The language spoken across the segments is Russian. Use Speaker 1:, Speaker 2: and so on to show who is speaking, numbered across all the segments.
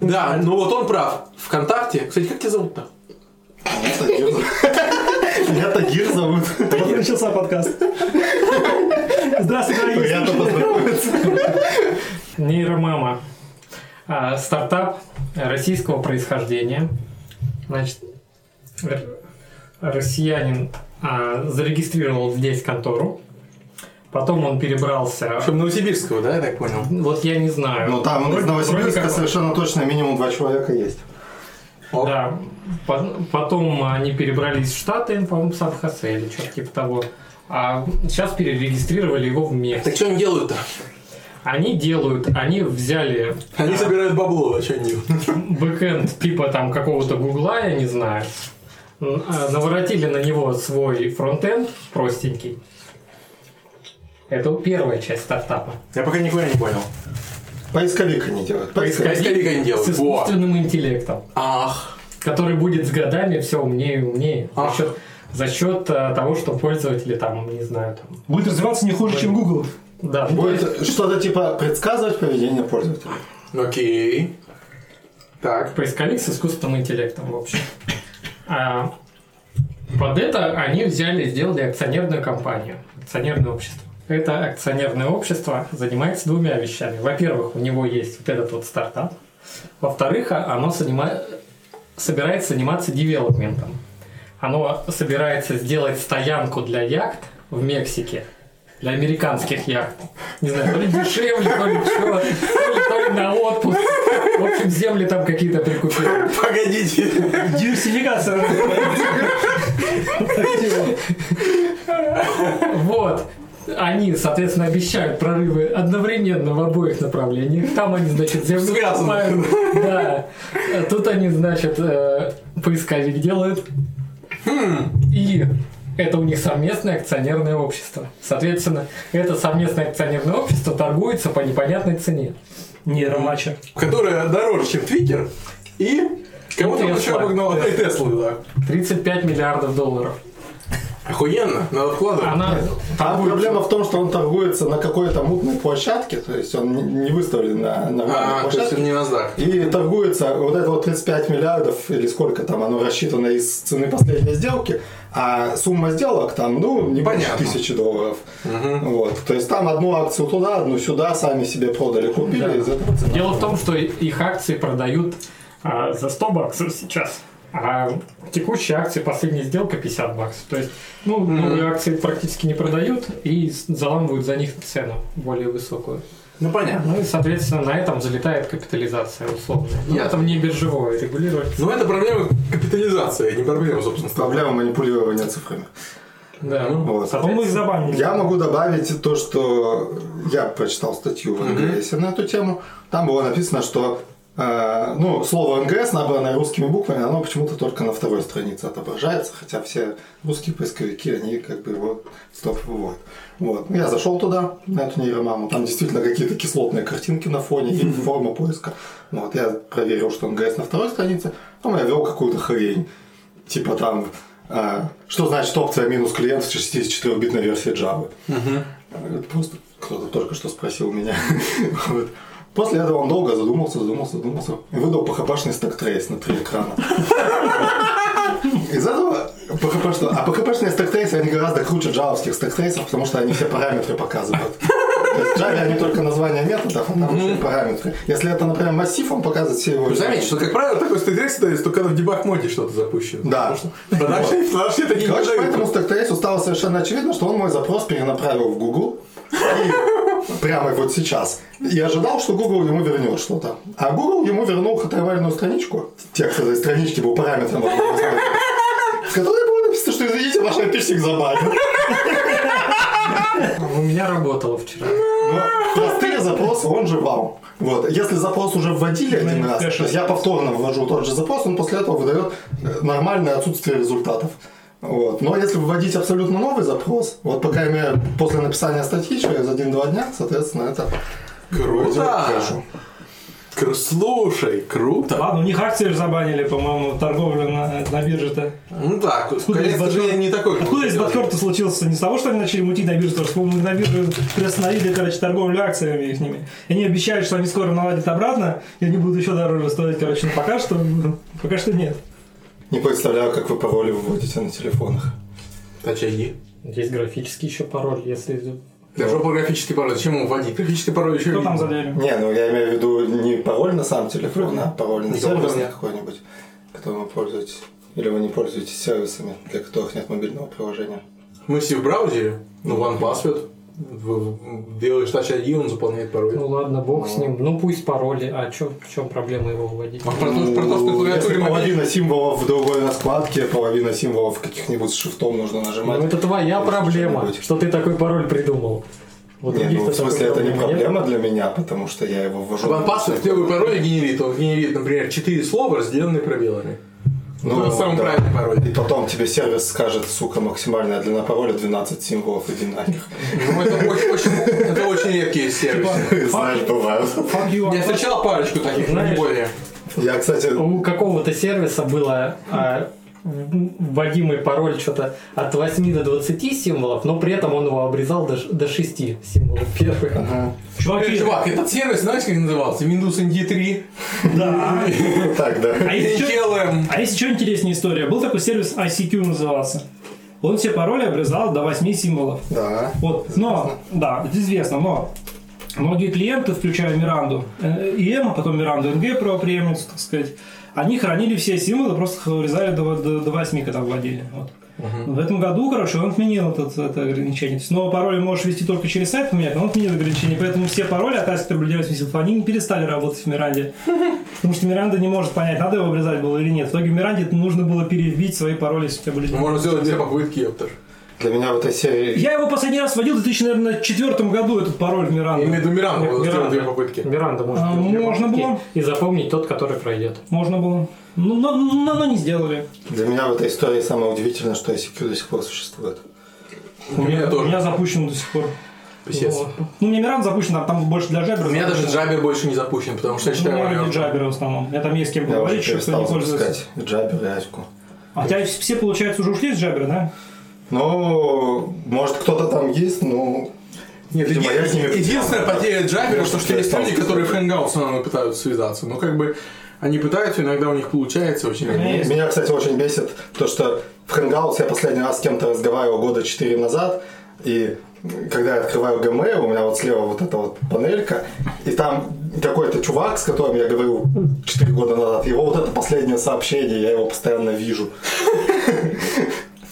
Speaker 1: Да, ну вот он прав. Вконтакте. Кстати, как тебя зовут-то?
Speaker 2: Меня Тагир зовут.
Speaker 3: Меня Тагир зовут.
Speaker 4: Вот начался подкаст. Здравствуй, дорогие.
Speaker 3: Приятно познакомиться.
Speaker 5: Нейромама. А, Стартап российского происхождения. Значит, р- россиянин а, зарегистрировал здесь контору. Потом он перебрался.
Speaker 1: Чтобы Новосибирского, да, я так понял?
Speaker 5: Вот я не знаю.
Speaker 3: Ну там из
Speaker 5: Вроде- вроде
Speaker 3: Новосибирска
Speaker 5: как-
Speaker 3: совершенно точно минимум два человека есть.
Speaker 1: Оп.
Speaker 5: Да. По- Потом они перебрались в Штаты, по-моему, в Сан-Хосе или что-то типа того. А сейчас перерегистрировали его в Мексику.
Speaker 1: Так что они делают-то?
Speaker 5: Они делают, они взяли
Speaker 1: Они
Speaker 5: а,
Speaker 1: собирают бабло, а что они делают?
Speaker 5: бэкэнд типа там какого-то гугла, я не знаю, М, а, наворотили на него свой фронтенд простенький. Это первая часть стартапа.
Speaker 1: Я пока нихуя не понял.
Speaker 3: Поисковик они делают. Поисковик.
Speaker 1: Поисковик они делают.
Speaker 5: с искусственным интеллектом,
Speaker 1: Ах.
Speaker 5: который будет с годами все умнее и умнее.
Speaker 1: А.
Speaker 5: За счет, за счет а, того, что пользователи там, не знаю, там.
Speaker 4: Будет развиваться не хуже, чем Google.
Speaker 5: Да, ну, то есть-
Speaker 3: Будет что-то типа предсказывать поведение пользователя.
Speaker 1: Окей. Так.
Speaker 5: поисковик с искусственным интеллектом, в общем. А под это они взяли, сделали акционерную компанию, акционерное общество. Это акционерное общество занимается двумя вещами. Во-первых, у него есть вот этот вот стартап. Во-вторых, а- оно занима- собирается заниматься девелопментом. Оно собирается сделать стоянку для яхт в Мексике. Для американских яхт. Не знаю, то ли дешевле, то ли чего, то ли, то ли на отпуск. В общем, земли там какие-то прикупили.
Speaker 1: Погодите.
Speaker 4: Диверсификация.
Speaker 5: Вот. Они, соответственно, обещают прорывы одновременно в обоих направлениях. Там они, значит, землю
Speaker 1: Связано.
Speaker 5: копают. Да. А Тут они, значит, э, поисковик делают. И это у них совместное акционерное общество. Соответственно, это совместное акционерное общество торгуется по непонятной цене.
Speaker 4: Нейромача.
Speaker 1: Которая дороже, чем Твиттер. И кого-то
Speaker 5: Тесла.
Speaker 1: еще обогнала. Да, и Теслу, да.
Speaker 5: 35 миллиардов долларов.
Speaker 1: Охуенно. Надо вкладывать.
Speaker 5: Она
Speaker 3: А
Speaker 5: торгуется.
Speaker 3: проблема в том, что он торгуется на какой-то мутной площадке, то есть он не- не выставлен на нормальной
Speaker 1: А, то есть
Speaker 3: площадке.
Speaker 1: это не NASDAQ.
Speaker 3: И торгуется вот это вот 35 миллиардов, или сколько там, оно рассчитано из цены последней сделки, а сумма сделок там, ну, не больше
Speaker 1: Понятно.
Speaker 3: тысячи долларов. Вот. То есть там одну акцию туда, одну сюда, сами себе продали, купили,
Speaker 5: Да.
Speaker 3: из этого цена.
Speaker 5: Дело в том, что их акции продают а, за 100 баксов сейчас, а текущие акции, последняя сделка 50 баксов. То есть, ну, новые акции практически не продают и с- заламывают за них цену более высокую.
Speaker 1: Ну, понятно.
Speaker 5: Ну и, соответственно, на этом залетает капитализация условно. Ну,
Speaker 1: Ясно.
Speaker 5: это мне биржевое регулировать.
Speaker 1: Но Ну, это проблема капитализации, а не проблема, собственно, стала.
Speaker 3: Проблема манипулирования цифрами.
Speaker 5: Да.
Speaker 3: Вот.
Speaker 4: Потом мы их забанили.
Speaker 3: Я могу добавить то, что я прочитал статью в НГС на эту тему. Там было написано, что э, ну, слово НГС, набранное русскими буквами, оно почему-то только на второй странице отображается, хотя все русские поисковики, они как бы его стоп выводят. Вот. Ну, Я зашел туда, на эту нейромаму, там действительно какие-то кислотные картинки на фоне и форма поиска. Вот. Я проверил, что НГС на второй странице, потом я ввел какую-то хрень типа там, а, что значит опция минус клиент в 64-битной версии Java. Это Просто кто-то только что спросил меня. Вот. После этого он долго задумался, задумался, задумался и выдал похабашный стек трейс на три экрана. Из этого PHP-шного- А PHP-шные стек-трейсы, они гораздо круче джавовских стек-трейсов, потому что они все параметры показывают. То есть в Java они только названия методов, а там еще и параметры. Если это, например, массив, он показывает все его...
Speaker 1: Заметь, что, как правило, такой стейтрекс дается только когда в дебаг-моде что-то запущено.
Speaker 3: Да.
Speaker 1: Потому что продакшн- продакшн это не
Speaker 3: Короче,
Speaker 1: продают.
Speaker 3: поэтому Стактейсу стало совершенно очевидно, что он мой запрос перенаправил в Google. И прямо вот сейчас. И ожидал, что Google ему вернет что-то. А Google ему вернул HTML-ную страничку. Текст этой странички был параметром. одного из методов, В которой было написано, что извините, ваш подписчик забанен.
Speaker 5: У меня работало вчера.
Speaker 3: Но простые запросы, он же вау. Вот. Если запрос уже вводили один раз, то есть я повторно ввожу тот же запрос, он после этого выдает э, нормальное отсутствие результатов. Вот. Но если вводить абсолютно новый запрос, вот по крайней мере после написания статьи через один-два дня, соответственно, это
Speaker 1: Круто!
Speaker 3: хорошо.
Speaker 1: Кр- Слушай, круто.
Speaker 4: Ладно, у них акции же забанили, по-моему, торговлю на, на бирже-то.
Speaker 1: Ну да, к-
Speaker 4: Откуда
Speaker 1: конец
Speaker 4: из Баткорта-
Speaker 1: движения не такой. как
Speaker 4: Откуда
Speaker 1: мы
Speaker 4: из
Speaker 1: хотели.
Speaker 4: Баткорта случился? Не с того, что они начали мутить на бирже, потому что по-моему, на бирже приостановили, короче, торговлю акциями их ними. И они обещали, что они скоро наладят обратно, и они будут еще дороже стоить, короче, но пока что, пока что нет.
Speaker 3: Не представляю, как вы пароли выводите на телефонах.
Speaker 1: А чайки?
Speaker 5: Есть графический еще пароль, если...
Speaker 1: Да жопа графический пароль, зачем его вводить? Графический пароль еще
Speaker 4: Кто там за
Speaker 1: видно.
Speaker 4: дверью?
Speaker 3: Не, ну я имею в виду не пароль на сам телефон, а пароль на
Speaker 1: Не пароль,
Speaker 3: сервис
Speaker 1: да.
Speaker 3: какой-нибудь, которым вы пользуетесь. Или вы не пользуетесь сервисами, для которых нет мобильного приложения.
Speaker 1: Мы все в браузере, ну OnePassword, в- в- делаешь Touch ID, он заполняет пароль.
Speaker 5: Ну ладно, бог с ним. Ну пусть пароли. А чё, в чем проблема его вводить?
Speaker 1: А про то, про то, что на клавиатуре
Speaker 3: Ну, Если
Speaker 1: мы...
Speaker 3: половина символов в другой раскладке, половина символов каких-нибудь с шифтом нужно
Speaker 5: Ну
Speaker 3: нажимать.
Speaker 5: это твоя
Speaker 3: Может,
Speaker 5: проблема,
Speaker 3: что-нибудь.
Speaker 5: что ты такой пароль придумал. Вот
Speaker 3: Не, ну в смысле это не
Speaker 5: проблема.
Speaker 3: проблема для меня, потому что я его ввожу.
Speaker 1: OnePassword первый пароль генерит, он генерит, например, четыре слова, разделенные пробелами. Ну, это самый
Speaker 3: да.
Speaker 1: правильный пароль.
Speaker 3: И потом тебе сервис скажет, сука, максимальная длина пароля 12 символов, иди нахер.
Speaker 1: Ну, это очень, очень, это очень редкие
Speaker 4: Типа,
Speaker 1: сервисы.
Speaker 3: Знаешь, бывают.
Speaker 4: Fuck you,
Speaker 1: Я встречал парочку таких, но не
Speaker 5: Знаешь-
Speaker 1: более.
Speaker 3: Я, кстати,
Speaker 5: У какого-то сервиса было а, м, вводимый пароль что-то от 8 до 20 символов, но при этом он его обрезал до, ш- до 6 символов первых.
Speaker 4: Чуваки,
Speaker 1: Чувак, этот сервис, знаешь, как назывался? Windows ND 3.
Speaker 4: да.
Speaker 3: так, да.
Speaker 4: А если чё-
Speaker 1: NTLM.
Speaker 4: А есть еще интересная история. Был такой сервис ICQ назывался. Он все пароли обрезал до 8 символов.
Speaker 3: Да.
Speaker 4: Вот, но, да, это известно, но многие клиенты, включая Миранду э, и М, а потом Миранду НГ про преемницу, так сказать, они хранили все символы, просто их вырезали до, до, до 8, когда вводили. Вот. В этом году, короче, он отменил этот, это ограничение. То есть, но пароли можешь ввести только через сайт поменять, но он отменил ограничение. Поэтому все пароли от ASCII до 8 символов, они не перестали работать в Миранде. Потому что Миранда не может понять, надо его обрезать было или нет. В итоге в Миранде нужно было перебить свои пароли, если у тебя были...
Speaker 1: Можно сделать две попытки, ептер.
Speaker 3: Для меня в этой серии...
Speaker 4: Я его последний раз вводил в 2004 году, этот пароль в Миранду.
Speaker 1: Я имею в виду
Speaker 3: А
Speaker 1: Миранду,
Speaker 5: Миранда.
Speaker 1: было сделать две попытки.
Speaker 5: Миранда может
Speaker 4: А,
Speaker 5: быть для
Speaker 4: можно
Speaker 5: попытки
Speaker 4: было?
Speaker 5: и запомнить тот, который пройдет.
Speaker 4: Можно было. Ну, но, но- но не сделали.
Speaker 3: Для меня в этой истории самое удивительное, что ICQ до сих пор существует.
Speaker 1: У меня
Speaker 4: У
Speaker 1: тоже.
Speaker 4: меня запущен до сих пор.
Speaker 1: Писец.
Speaker 4: Ну, мне Миран запущен, а там больше для джабера.
Speaker 1: У меня даже джабер больше не запущен, потому что я
Speaker 4: Ну, у
Speaker 1: считаю
Speaker 4: меня
Speaker 1: его
Speaker 4: не джаберы в основном. Я там есть с кем
Speaker 5: Ну,
Speaker 3: Я уже
Speaker 4: поговорить, еще кто
Speaker 3: перестал
Speaker 4: не пользуется.
Speaker 3: запускать Джабер и Аську.
Speaker 4: А у тебя все, получается, уже ушли с джабера, да?
Speaker 3: Ну, может, кто-то там есть, но...
Speaker 1: Нет,
Speaker 3: Видимо, я с ними
Speaker 1: еди- единственная
Speaker 3: перестал.
Speaker 1: потеря джабера, что, что
Speaker 3: Я
Speaker 1: есть
Speaker 3: стал
Speaker 1: люди, которые в Hangout со мной пытаются связаться. Но как бы они пытаются, иногда у них получается очень.
Speaker 4: Есть.
Speaker 3: Меня, кстати, очень бесит то, что в Hangouts я последний раз с кем-то разговаривал года 4 назад, и когда я открываю Gmail, у меня вот слева вот эта вот панелька, и там какой-то чувак, с которым я говорил 4 года назад, его вот это последнее сообщение, я его постоянно вижу.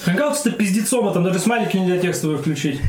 Speaker 4: Хэнгаутс-то пиздецом, а там даже смайлики нельзя текстовые включить.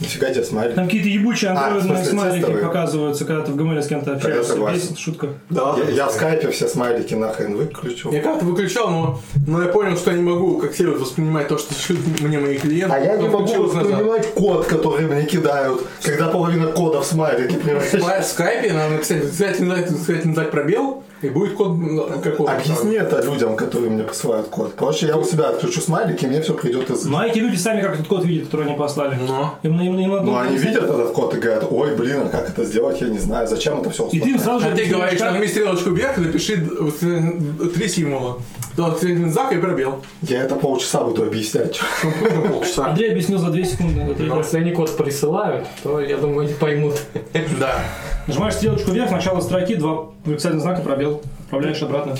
Speaker 3: Нифига тебе смайлик.
Speaker 4: Там какие-то ебучие
Speaker 3: А, в
Speaker 4: андроидные
Speaker 3: смысле,
Speaker 4: смайлики
Speaker 3: текстовые?
Speaker 4: показываются, когда ты в гомеле с кем-то
Speaker 3: я
Speaker 4: общаешься.
Speaker 3: согласен.
Speaker 4: Бесит, шутка.
Speaker 1: Да,
Speaker 3: Я, я в скайпе все смайлики нахрен выключу.
Speaker 1: Я как-то выключал, но, но я понял, что я не могу как сервис воспринимать то, что шлют мне мои клиенты.
Speaker 3: А я не
Speaker 1: Потом
Speaker 3: могу
Speaker 1: включил назад.
Speaker 3: воспринимать код, который мне кидают, когда половина кода в смайлики превращается.
Speaker 1: В скайпе надо написать, обязательно дать, обязательно дать пробел, и будет код м, какого-то.
Speaker 3: Объясни это людям, которые мне посылают код. Проще я у себя отключу смайлики, мне все придет из...
Speaker 4: Ну, а эти люди сами как этот код видят, который они послали.
Speaker 1: Но.
Speaker 4: Им, им- им надо-
Speaker 3: Ну, они видят этот код и говорят, ой, блин, а как это сделать, я не знаю, зачем это все
Speaker 4: И ты им сразу же...
Speaker 1: А ты
Speaker 4: объясняешь,
Speaker 1: говоришь,
Speaker 4: как-
Speaker 1: нажми стрелочку вверх, напиши д- вот, э, три символа. Да, вот, э, знак и пробел.
Speaker 3: Я это полчаса буду объяснять.
Speaker 1: Ну, ну, полчаса.
Speaker 4: Андрей объяснил за 2 секунды. Это
Speaker 5: Но
Speaker 4: я-
Speaker 5: Если они код присылают, то, я думаю, они поймут.
Speaker 1: Да.
Speaker 4: Нажимаешь стрелочку вверх, начало строки, два восклицательных знака, пробел. Отправляешь обратно.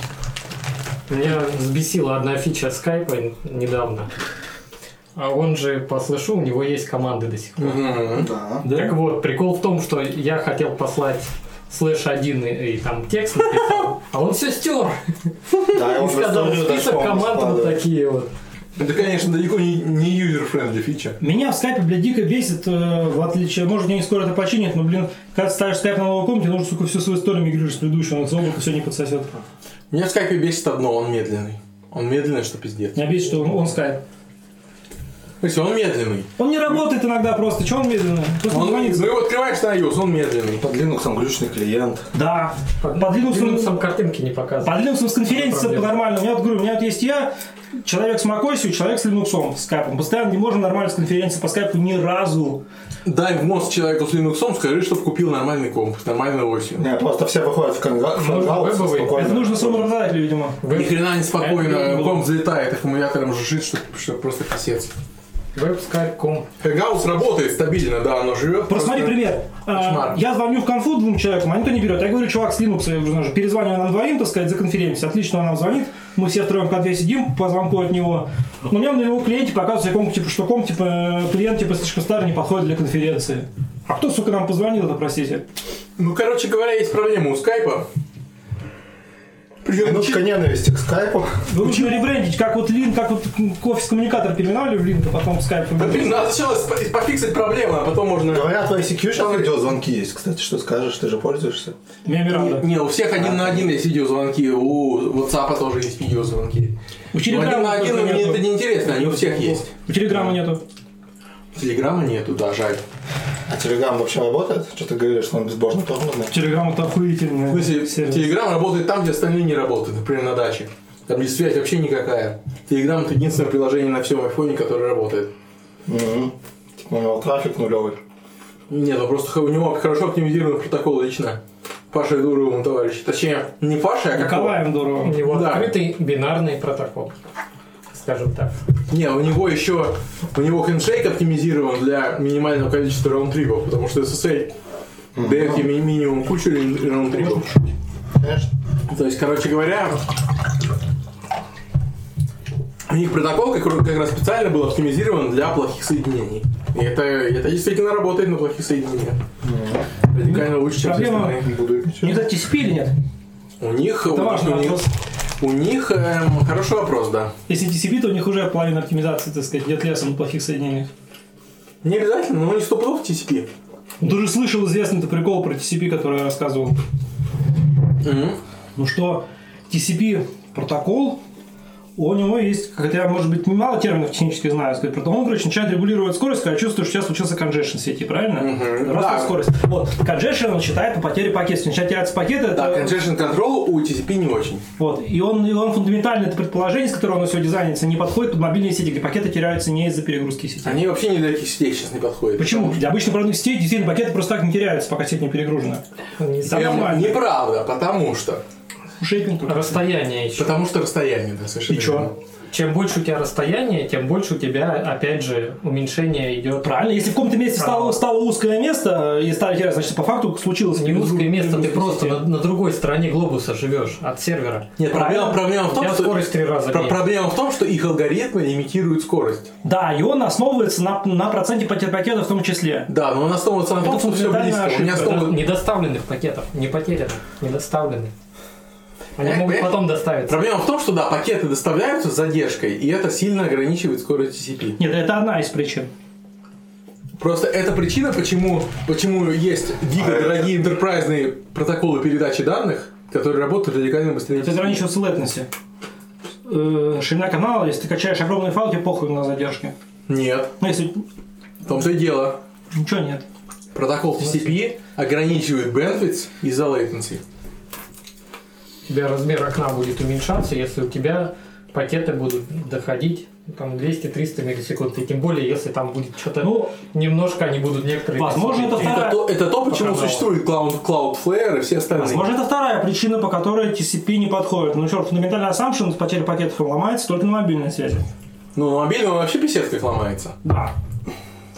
Speaker 5: Меня взбесила одна фича скайпа недавно. А он же, по слышу, у него есть команды до сих пор.
Speaker 3: Да.
Speaker 5: Так вот, прикол в том, что я хотел послать слэш один и, и там текст написал, а он все стер.
Speaker 3: Да, я
Speaker 5: И
Speaker 3: вот
Speaker 5: сказал,
Speaker 3: представлю, А даже
Speaker 5: список
Speaker 3: помню,
Speaker 5: команд вот
Speaker 3: складываю.
Speaker 5: такие вот.
Speaker 1: Это, конечно, далеко не, не юзер-френдли фича.
Speaker 4: Меня в скайпе, блядь, дико бесит, э, в отличие, может, они скоро это починят, но, блин, когда ты ставишь скайп на новую комнате, нужно, сука, всю свою историю мигрируешь с предыдущего, он облако все не подсосет.
Speaker 1: Меня в скайпе бесит одно, он медленный. Он медленный, что пиздец.
Speaker 4: Меня бесит, что он, он скайп.
Speaker 1: Если он медленный.
Speaker 4: Он не работает иногда просто. Че он медленно? Просто
Speaker 1: Он,
Speaker 4: звонит.
Speaker 1: ну его открываешь на iOS, он медленный.
Speaker 3: Под Linux глючный клиент.
Speaker 4: Да. Под
Speaker 5: Сам
Speaker 4: Linux
Speaker 5: картинки не показывают.
Speaker 4: под Linux с конференции
Speaker 5: Проблема.
Speaker 4: нормально. У меня вот говорю, у меня вот есть я, человек с Макосью, человек с Linux, с скайпом. Постоянно не можем нормально с конференции по скайпу ни разу.
Speaker 1: Дай в мозг человеку с Linux, скажи, чтобы купил нормальный комп, нормальный осень.
Speaker 3: Не, просто все выходят в конга- в
Speaker 5: Можно
Speaker 3: конгаут
Speaker 5: вебовый.
Speaker 4: Это
Speaker 3: спокойно.
Speaker 4: нужно своему работодателю, видимо.
Speaker 1: Ни
Speaker 5: Веб,
Speaker 1: хрена не
Speaker 5: Это
Speaker 1: спокойно,
Speaker 5: было.
Speaker 1: комп взлетает, аккумулятором жужжит, что, что просто писец.
Speaker 5: веб скайп.ком.
Speaker 1: Хагаус работает стабильно, да, оно живет.
Speaker 4: Просто смотри, пример.
Speaker 1: кошмар.
Speaker 4: А, Я звоню в конфу двум человекам, а никто не берет. Я говорю, чувак, с Linux, я уже знаю, перезваниваю нам двоим, так сказать, за конференцию. Отлично, он нам звонит. Мы все втроем в конфе сидим по звонку от него. Но у меня на его клиенте показывается, комп, типа, что комп, типа, э, клиент, типа, слишком старый, не подходит для конференции. А кто, сука, нам позвонил-то, простите?
Speaker 1: Ну, короче говоря, есть проблема у скайпа. Причем
Speaker 3: Минутка ненависти к скайпу.
Speaker 4: Вы нужно ребрендить, как вот Лин, как вот офис-коммуникатор переименовали в Лин, а потом в скайп.
Speaker 1: надо сначала спо- пофиксить проблему, а потом можно...
Speaker 3: Говорят, в ICQ сейчас видеозвонки есть, кстати. Что скажешь, ты же пользуешься?
Speaker 4: У меня Миранда.
Speaker 1: Не, у всех один на один есть видеозвонки, у WhatsApp тоже есть видеозвонки.
Speaker 4: У
Speaker 1: Но
Speaker 4: Телеграма
Speaker 1: Один на один мне
Speaker 4: только нету.
Speaker 1: это не интересно, они у всех есть.
Speaker 4: У Телеграма нету.
Speaker 1: Телеграма нету, да, жаль.
Speaker 3: А Телеграм вообще работает? Что ты говоришь, что он безбожно тормозный?
Speaker 4: Телеграм это охуительный.
Speaker 1: В смысле,
Speaker 4: сервис.
Speaker 1: Телеграм Ну, работает там, где остальные не работают, например, на даче. Там есть связь вообще никакая. Телеграм это единственное приложение на всем айфоне, которое работает.
Speaker 3: Мгм. Типа у него трафик нулевый.
Speaker 1: Нет, ну просто у него хорошо оптимизирован протокол лично. Паша Дуровым товарищ. Точнее, не Паша, а какого?
Speaker 4: Николаем
Speaker 5: У
Speaker 4: здорово.
Speaker 5: него
Speaker 1: Да.
Speaker 5: открытый бинарный протокол. Скажем так.
Speaker 1: Не, у него еще, у него хендшейк оптимизирован для минимального количества раундтрипов, потому что SSL дает тебе ми- минимум кучу рин- раундтрипов.
Speaker 3: Конечно.
Speaker 1: То есть, короче говоря, у них протокол как, ру- как раз специально был оптимизирован для плохих соединений. И это, это действительно работает на плохих соединениях. Радикально лучше, чем все
Speaker 4: Проблема-
Speaker 1: остальные.
Speaker 3: Буду
Speaker 4: У них это TCP или нет?
Speaker 1: У них,
Speaker 4: Это
Speaker 1: у
Speaker 4: важный
Speaker 1: них,
Speaker 4: вопрос.
Speaker 1: у них эм, хороший вопрос, да.
Speaker 4: Если TCP, то у них уже половина оптимизации, так сказать, идет лесом на плохих соединениях.
Speaker 1: Не обязательно, но у них стопудов TCP.
Speaker 4: Ну, Ты же слышал известный то прикол про TCP, который я рассказывал. Ну что, TCP протокол, у него есть, хотя я, может быть, мало терминов технически знаю, сказать, протокол, он, короче, начинает регулировать скорость, когда чувствуешь, что у тебя случился конжешн сети, правильно?
Speaker 1: Мгм.
Speaker 4: Раз
Speaker 1: Да.
Speaker 4: скорость. Вот, конжешн он считает по потере пакета. Если начинают теряться пакеты,
Speaker 1: Да,
Speaker 4: это...
Speaker 1: congestion control у TCP не очень.
Speaker 4: Вот. И он, и он фундаментально, это предположение, с которого оно все дизайнится, не подходит под мобильные сети, где пакеты теряются не из-за перегрузки сети.
Speaker 1: Они вообще ни для каких сетей сейчас не подходят.
Speaker 4: Почему? Для обычных проводных сетей действительно пакеты просто так не теряются, пока сеть не перегружена.
Speaker 5: Не
Speaker 4: Да
Speaker 5: знаю.
Speaker 1: Эм,
Speaker 4: нормально.
Speaker 1: неправда, потому что.
Speaker 4: Шейпинг.
Speaker 5: А, Расстояние еще.
Speaker 1: Потому что расстояние, да, совершенно.
Speaker 4: И чё?
Speaker 1: верно.
Speaker 5: Чем больше у тебя расстояние, тем больше у тебя, опять же, уменьшение идет.
Speaker 4: Правильно, если в каком-то месте стало,
Speaker 5: Правильно.
Speaker 4: стало узкое место и стали терять, значит, по факту случилось
Speaker 5: Не узкое место, ты
Speaker 4: перегрузка
Speaker 5: просто
Speaker 4: сети.
Speaker 5: на, на другой стороне глобуса живешь от сервера.
Speaker 1: Нет, проблема, проблема в
Speaker 5: У
Speaker 1: том,
Speaker 5: тебя
Speaker 1: что...
Speaker 5: скорость в три раза
Speaker 1: Про-
Speaker 5: меньше.
Speaker 1: проблема в том, что их алгоритмы имитируют скорость.
Speaker 4: Да, и он основывается на, на проценте потерь пакета в том числе.
Speaker 1: Да, но у нас основывается на том,
Speaker 4: Это
Speaker 1: что все
Speaker 4: фундаментальная
Speaker 1: близко. У меня
Speaker 4: ошибка,
Speaker 1: основа-
Speaker 5: Это недоставленных пакетов, не потерянных, недоставленных. Они
Speaker 1: Э,
Speaker 5: могут
Speaker 1: э.
Speaker 5: потом доставиться.
Speaker 1: Проблема в том, что да, пакеты доставляются с задержкой, и это сильно ограничивает скорость TCP.
Speaker 4: Нет, это одна из причин.
Speaker 1: Просто это причина, почему, почему есть гига дорогие интерпрайзные протоколы передачи данных, которые работают радикально быстрее.
Speaker 4: Это ограничивается летности. Э, Ширина канала, если ты качаешь огромный файл, тебе похуй на задержки.
Speaker 1: Нет,
Speaker 4: Ну, если...
Speaker 1: в том-то и дело.
Speaker 4: Ничего нет.
Speaker 1: Протокол TCP ограничивает bandwidth из-за latency.
Speaker 5: У тебя размер окна будет уменьшаться, если у тебя пакеты будут доходить ну, там 200-300 миллисекунд. И тем более, если там будет что-то...
Speaker 4: Ну,
Speaker 5: немножко они будут некоторые...
Speaker 4: Возможно, это
Speaker 5: писать.
Speaker 1: Это
Speaker 4: вторая...
Speaker 1: то, это то, почему
Speaker 5: Показало.
Speaker 1: существует Cloud, Cloudflare и все остальные.
Speaker 4: Возможно, это вторая причина, по которой TCP не подходит. Ну, черт, фундаментальный assumption с потерей пакетов ломается только на мобильной связи.
Speaker 1: Ну, на мобильном он вообще писец как ломается.
Speaker 4: Да.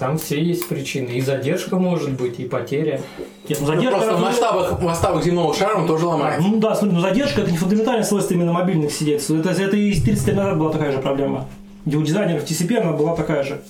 Speaker 5: Там все есть причины. И задержка может быть, и потеря.
Speaker 4: Нет,
Speaker 1: Ну,
Speaker 4: ну, задержка...
Speaker 1: просто в
Speaker 4: ну,
Speaker 1: масштабах, в масштабах земного шара он тоже ломается.
Speaker 4: Ну да, смотри, ну задержка это не фундаментальное свойство именно мобильных сидеть. Это, это и 30 лет назад была такая же проблема. И у дизайнеров TCP она была такая же.